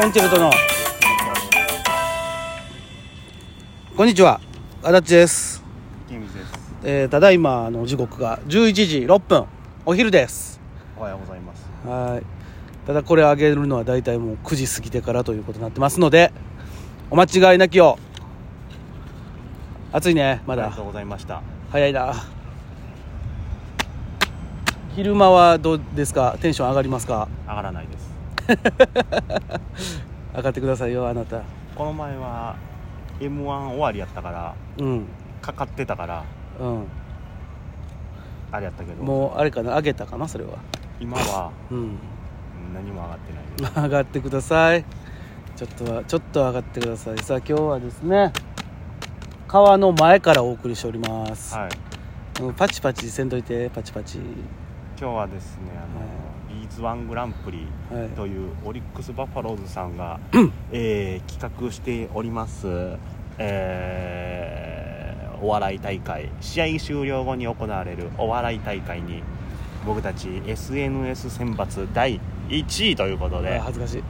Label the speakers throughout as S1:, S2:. S1: コンチェルトのこんにちは足立です、
S2: 清水です
S1: えーただいまあの時刻が11時6分お昼です
S2: おはようございます
S1: はいただこれ上げるのは大体もう9時過ぎてからということになってますのでお間違いなきよう暑いねま
S2: あり
S1: だ
S2: がとうございました
S1: 早いな昼間はどうですかテンション上がりますか
S2: 上がらないです
S1: 上がってくださいよあなた
S2: この前は m 1終わりやったから
S1: うん
S2: かかってたから
S1: うん
S2: あれやったけど
S1: もうあれかな上げたかなそれは
S2: 今は
S1: うん
S2: うん何も上がってないです
S1: 上がってくださいちょっとはちょっと上がってくださいさあ今日はですね川の前からお送りしております、
S2: はい
S1: うんパチパチせんといてパチパチ
S2: 今日はですねあの、ビーズワングランプリ
S1: はい
S2: というオリックス・バファローズさんが、えー企画しております、えーお笑い大会試合終了後に行われるお笑い大会に僕たち SNS 選抜第1位ということで
S1: あ、恥ずかしい、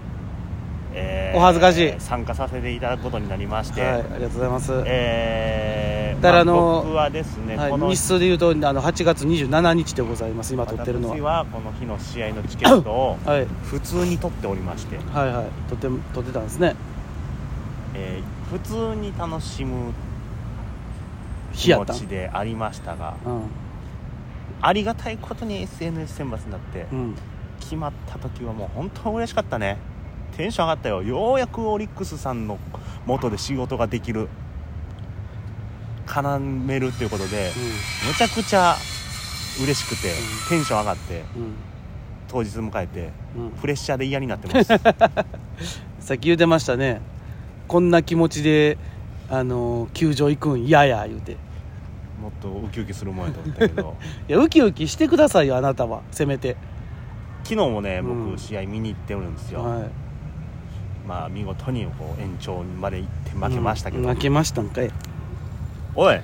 S2: え
S1: お恥ずかしい
S2: 参加させていただくことになりまして、
S1: はいありがとうございます、
S2: えー
S1: だからあ
S2: ま
S1: の
S2: 僕はですね、
S1: はい、
S2: この
S1: 日数で言うとあの8月27日でございます今撮ってるの
S2: 私
S1: は、
S2: はこの日の試合のチケッ トを
S1: はい、
S2: 普通に取っておりまして
S1: はいはい撮って撮ってたんですね
S2: えー普通に楽しむ
S1: 日
S2: 気
S1: や
S2: 持
S1: ったん
S2: ちでありましたが
S1: うん
S2: ありがたいことに SNS 選抜になって
S1: うん
S2: 決まった時はもう本当嬉しかったねテンション上がったよようやくオリックスさんの元で仕事ができる絡めるっていうことでむちゃくちゃ嬉しくてテンション上がって
S1: うんうん
S2: 当日迎えて
S1: うん
S2: プレッシャーで嫌になって ます
S1: さっき言うてましたねこんな気持ちであの球場行くん嫌や言うてい
S2: もっとウキウキするもんやと思ったけ ど
S1: やウキウキしてくださいよあなたはせめて
S2: 昨日もね
S1: うん
S2: 僕試合見に行ってるんですよ、
S1: は
S2: まあ見事にこう延長まで行って
S1: い
S2: 負けましたけど、
S1: うん負けましたんかい
S2: おい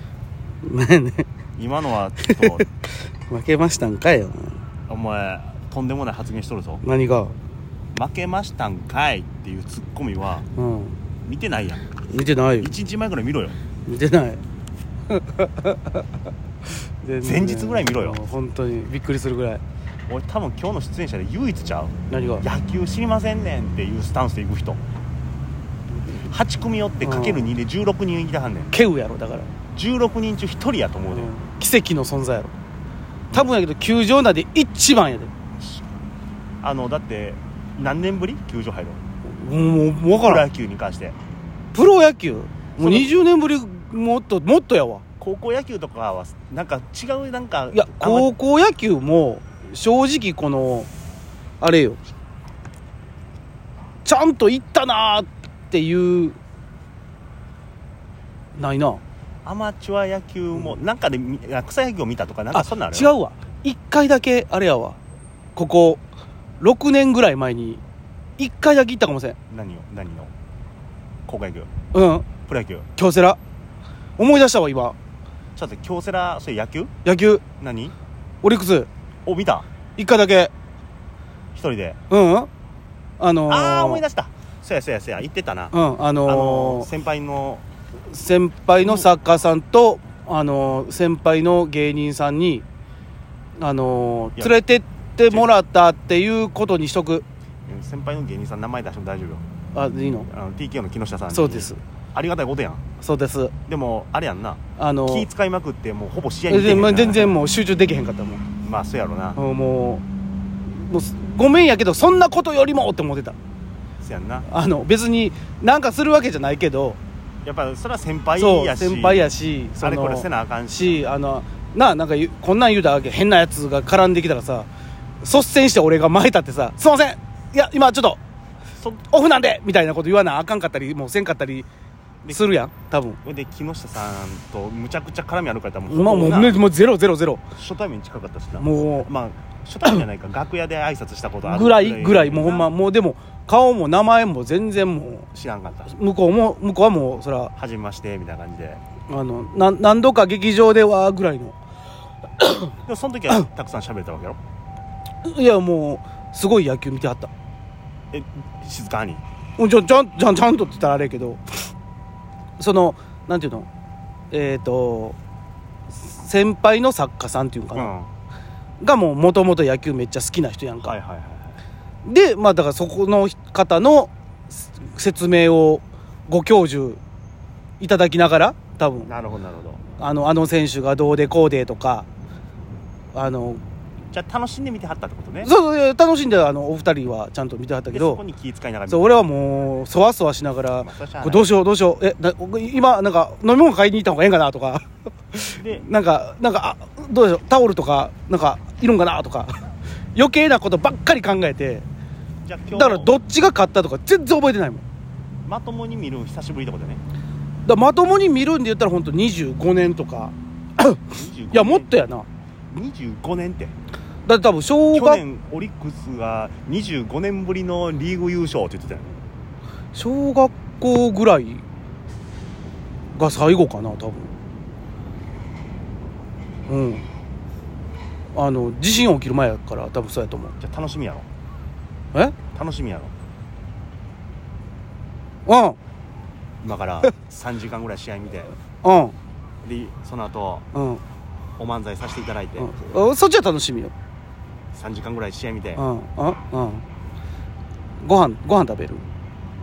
S1: ね
S2: 今のはちょっ
S1: 負けましたんかいよ
S2: とお前とんでもない発言しとるぞ
S1: 何が
S2: 負けましたんかいっていうツッコミは
S1: うん
S2: 見てないやん
S1: 見てないよ
S2: 1日前ぐらい見ろよ
S1: 見て ない全然
S2: 前日ぐらい見ろよ
S1: もう本当にびっくりするぐらい
S2: 俺多分今日の出演者で唯一ちゃう
S1: 何が
S2: 野球知りませんねんっていうスタンスで行く人8組寄ってかける2で16人いてはんねん
S1: ケウやろだから、
S2: 16人中1人やと思うで、
S1: 奇跡の存在やろ多分やけど球場内で一番やで
S2: あのだって何年ぶり球場入ろう
S1: もうもう分
S2: プ
S1: か
S2: ロ
S1: らん
S2: 野球に関して
S1: プロ野球もう
S2: その
S1: 20年ぶりもっともっとやわ
S2: 高校野球とかはなんか違うなんか
S1: いや
S2: あんま
S1: 高校野球も正直このあれよちゃんと行ったなーっていうないな
S2: アマチュア野球も、なんかで見あ草野球を見たとかなん
S1: あ
S2: かそんなんある
S1: 違うわ1回だけあれやわここ6年ぐらい前に1回だけ行ったかもしれん
S2: 何を何の高校野球
S1: うん
S2: プロ野球
S1: 京セラ思い出したわ今
S2: ちょっと京セラそれ野球
S1: 野球
S2: 何
S1: オリックス
S2: お見た
S1: 1回だけ
S2: 一人で
S1: うんあのー、
S2: ああ思い出したそやそやそや言ってたな、
S1: うんあのー
S2: あのー先輩の
S1: 先輩の作家さんと、あのー先輩の芸人さんに、あのー
S2: いや
S1: 連れてってもらったっていうことにしとく
S2: うん先輩の芸人さん名前出しても大丈夫よ
S1: あいいの
S2: あの TK の木下さんに
S1: そうです
S2: ありがたいことやん
S1: そうです
S2: でもあれやんな
S1: あの
S2: 気
S1: ー
S2: 使いまくってもうほぼ試合に出てへ
S1: で
S2: ん
S1: ま
S2: な
S1: あ全然もう集中できへんかったもん
S2: まあそうやろな
S1: あのもうもうすごめんやけどそんなことよりもって思ってた
S2: そうやんな
S1: あの別になんかするわけじゃないけど
S2: やっぱそれは先輩
S1: そう
S2: やし
S1: 先輩やしその
S2: あれこれせなあかんし
S1: しあのなあなんか言うこんなん言うたら変なやつが絡んできたらさ率先して俺が前立ってさ「すいませんいや今ちょっと
S2: そ
S1: オフなんで!」みたいなこと言わなあかんかったりもうせんかったりするやん多分
S2: で木下さんとむちゃくちゃ絡みあるから多分
S1: まあもう
S2: な
S1: ねもうゼロゼロゼロ
S2: 初対面近かったしな
S1: も
S2: まあ初対面じゃないか楽屋で挨拶したことあ
S1: う
S2: る
S1: ぐらいぐらい
S2: な
S1: もうほんまもうでも顔も名前も全然も
S2: 知らんかった
S1: う向こうも向こうはもうそら
S2: 初めましてみたいな感じでで
S1: あのな何度か劇場ではぐらいの
S2: もその時はたくさん喋れたわけよ
S1: いやもうすごい野球見てはった
S2: え静かに
S1: うんちゃんちゃんちゃんちゃんとって言ったらあれやけどそのなんていうのえっ、と先輩の作家さんっていうか
S2: うん
S1: な、
S2: は
S1: がもうもともと野球めっちゃ好きな人やん
S2: い
S1: か、
S2: はいはい
S1: でまあだからそこの方のせ説明をご教授いただきながら多分
S2: なるほどなるほど
S1: あのあの選手がどうでこうでとかあの
S2: じゃあ楽しんでみてはったってことね
S1: そうそう楽しんであのお二人はちゃんと見てはったけ
S2: でそ
S1: ど
S2: こに気遣いながら
S1: そう俺はもうそわそわしながら
S2: まあそれしゃあな
S1: こ
S2: い
S1: れどうしようどうしようえな今なんか飲み物買いに行った方がええんかなとか
S2: で
S1: なんかなんかあどうでしょうタオルとかなんかいるんかなとか 余計なことばっかり考えて
S2: じゃあ今日
S1: だからどっちが勝ったとか全然覚えてないもん
S2: まともに見るの久しぶりってことね
S1: だからまともに見るんで言ったら本当25年とかいやもっとやな
S2: 25年って
S1: だって多分小
S2: 去
S1: 学
S2: 年オリックスが25年ぶりのリーグ優勝って言ってたよね
S1: 小学校ぐらいが最後かな多分うんあの地震起きる前やから多分そうやと思う
S2: じゃあ楽しみやろ
S1: え
S2: 楽しみやろ
S1: うん
S2: 今から 3時間ぐらい試合見て
S1: うん
S2: でその後
S1: うん
S2: お漫才させていただいて
S1: うんあそっちは楽しみよ
S2: 3時間ぐらい試合見て
S1: うんうんうんご飯ご飯食べる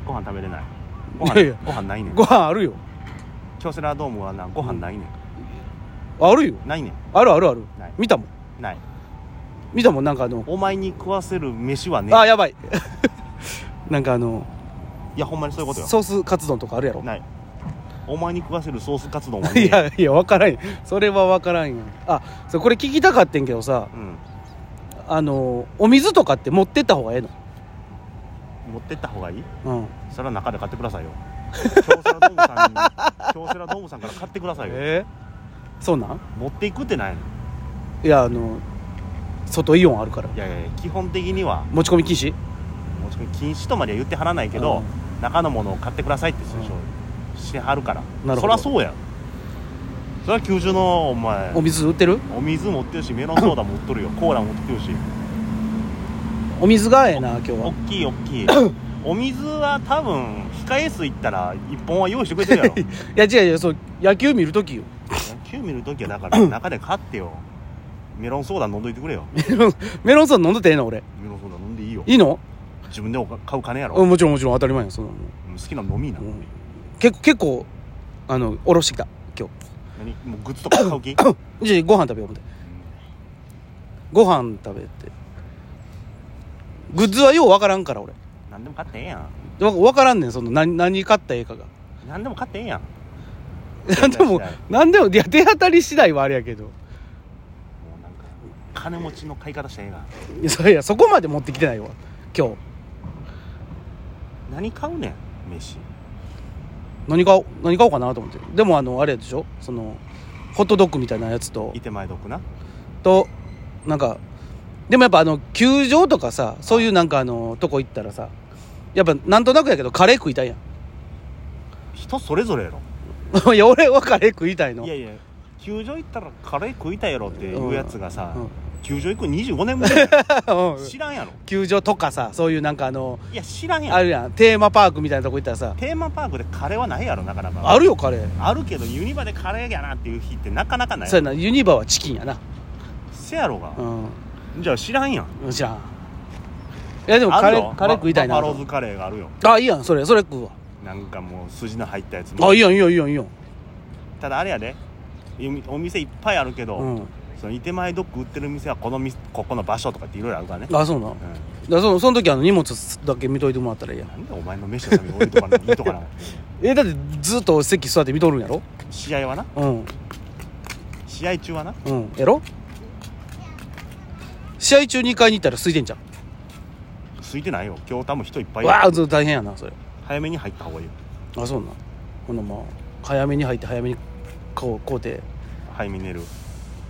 S2: ご飯食べれないご
S1: いやいや
S2: 飯ご飯ないねん
S1: ご飯あるよ
S2: 京セラドームはなご飯ないね
S1: あるよ
S2: んないね
S1: あるあるある
S2: ない
S1: 見たもん
S2: んない
S1: 見たもんなんかあの
S2: お前に食わせる飯はね
S1: あやばい なんかあの
S2: いやほんまにそういうことよ
S1: ソースカツ丼とかあるやろ
S2: ないお前に食わせるソースカツ丼は ね
S1: いやいや分からんよそれは分からんよあそうこれ聞きたかってんけどさ
S2: うん
S1: あのお水とかって持ってった方がええの
S2: 持ってった方がいい
S1: うん
S2: それは中で買ってください よ京セラドームさんに京セラドームさんから買ってくださいよ
S1: えそうなん
S2: 持っていくってないの
S1: いやあの外イオンあるから
S2: いやいやいや基本的には
S1: 持ち込み禁止
S2: 持ち込み禁止とまでは言ってはらないけど、中のものを買ってくださいって推奨してはるから、
S1: なるほ
S2: そ
S1: ど
S2: りゃそうやんそりゃ球場のお前
S1: お水売ってる
S2: お水持ってるしメロンソーダ持っとるよコーラ持ってくるし
S1: お水がええな今日
S2: おっ
S1: は
S2: きいおっき いお水は多分控え水行ったら1本は用意してくれてる やろ
S1: いや違う違うそう野球見るときよ
S2: 野球見るときはだから中で買ってよメロンソーダ飲んどいてくれよ
S1: メロンメロンソーダ飲んでてええの俺
S2: メロンソーダ飲んでいいよ
S1: いいの
S2: 自分でお金買う金やろ、
S1: うんもちろんもちろん当たり前やそんなの
S2: 好きなの飲みな、
S1: うん結構結構あのおろしてきた今
S2: 何もうグッズとか 買う気
S1: 日じゃあご飯食べよう思ってご飯食べてグッズはよう分からんから俺
S2: 何でも買ってええやん
S1: わ分からんねんその何何買ったらええかが
S2: 何でも買ってええやん
S1: 何でも
S2: も
S1: 何でもいや手当たり次第はあれやけど
S2: うなんか金持ちの買い方したらええが
S1: いやそいやそこまで持ってきてないわ今日
S2: 何買うねん飯
S1: 何買おう何買おうかなと思ってでもあのあれでしょそのホットドッグみたいなやつと
S2: いてまいどくな
S1: となんかでもやっぱあの球場とかさそういうなんかあのとこ行ったらさやっぱなんとなくやけどカレー食いたいや
S2: 人それぞれやろ
S1: ん いや俺はカレー食いたいの
S2: いやいや球場行ったらカレー食いたいやろっていうやつがさ、
S1: うん
S2: 球場行く25年ぶりや
S1: う
S2: ろ
S1: ん
S2: 知らんやろ
S1: 球場とかさそういうなんかあの
S2: いや知らんや
S1: あ
S2: ろ
S1: るやんテーマパークみたいなとこ行ったらさ
S2: テーマパークでカレーはないやろなかなか
S1: あるよカレー
S2: あるけどユニバでカレーやなっていう日ってなかなかない
S1: そうやなユニバはチキンやな
S2: せやろが
S1: う、
S2: じゃあ知らんやん
S1: んじゃあいやでもカレ
S2: あるよ
S1: ーカレー食いたいな
S2: ババファローズカレーがあるよ
S1: あいいやんそれそれ食うわ
S2: なんかもう筋の入ったやつも
S1: あいいやんいいやんいいやんいいやん
S2: ただあれやでおみお店いっぱいあるけど、
S1: うん
S2: そのいてまいドッグ売ってる店はこのみここの場所とかっていろいろあるからね、
S1: あそうなだか
S2: う
S1: らそのその時あの荷物だけ見といてもらったらいいやん
S2: ん、なんでお前の飯のために置いとかないいとかな
S1: えだってずっと席座って見とるんやろ
S2: 試合はな
S1: うん
S2: 試合中はな
S1: うんやろ試合中2階に行ったら空いてんじゃん
S2: 空いてないよ今日多分人いっぱいいる
S1: わあずっと大変やなそれ
S2: 早めに入った方がいいよ
S1: あそうなんほなまあ早めに入って早めにこうこうて
S2: 早めに寝る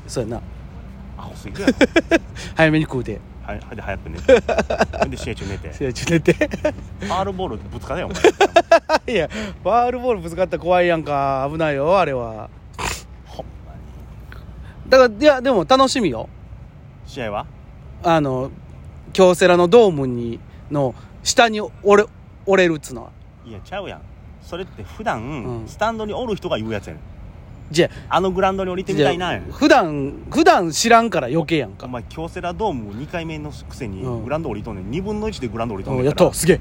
S1: そうやな
S2: アホすぎる やろ
S1: 早めに食うて
S2: はいはいで早く寝 てほんで試合中寝てフ
S1: 試合中寝て
S2: ァールボールぶつかねよお前
S1: いやファールボールぶつかったら怖いやんか危ないよあれは
S2: ほんまに
S1: だからいやでも楽しみよ
S2: 試合は
S1: あの京セラのドームにの下に俺折れるっつうのはい
S2: やちゃうやんそれって普段、
S1: うん
S2: スタンドにおる人が言うやつやねん
S1: じゃ
S2: あのグラウンドに降りてみたいなやん
S1: 普段普段知らんから余計やんか
S2: お前京セラドーム2回目のくせに
S1: うん
S2: グラウンド降りとんねん2分の1でグラウンド降りとん
S1: う
S2: ね
S1: ん
S2: ん
S1: やっ
S2: から
S1: とすげえ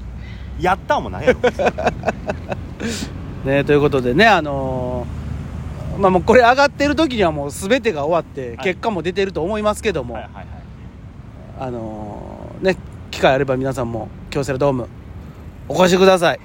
S2: やったんもないやろ
S1: ねということでねあのーまあもうこれ上がってる時にはもう全てが終わって
S2: はい
S1: 結果も出てると思いますけども、
S2: はいはいはい
S1: あのーね機会あれば皆さんも京セラドームお越しください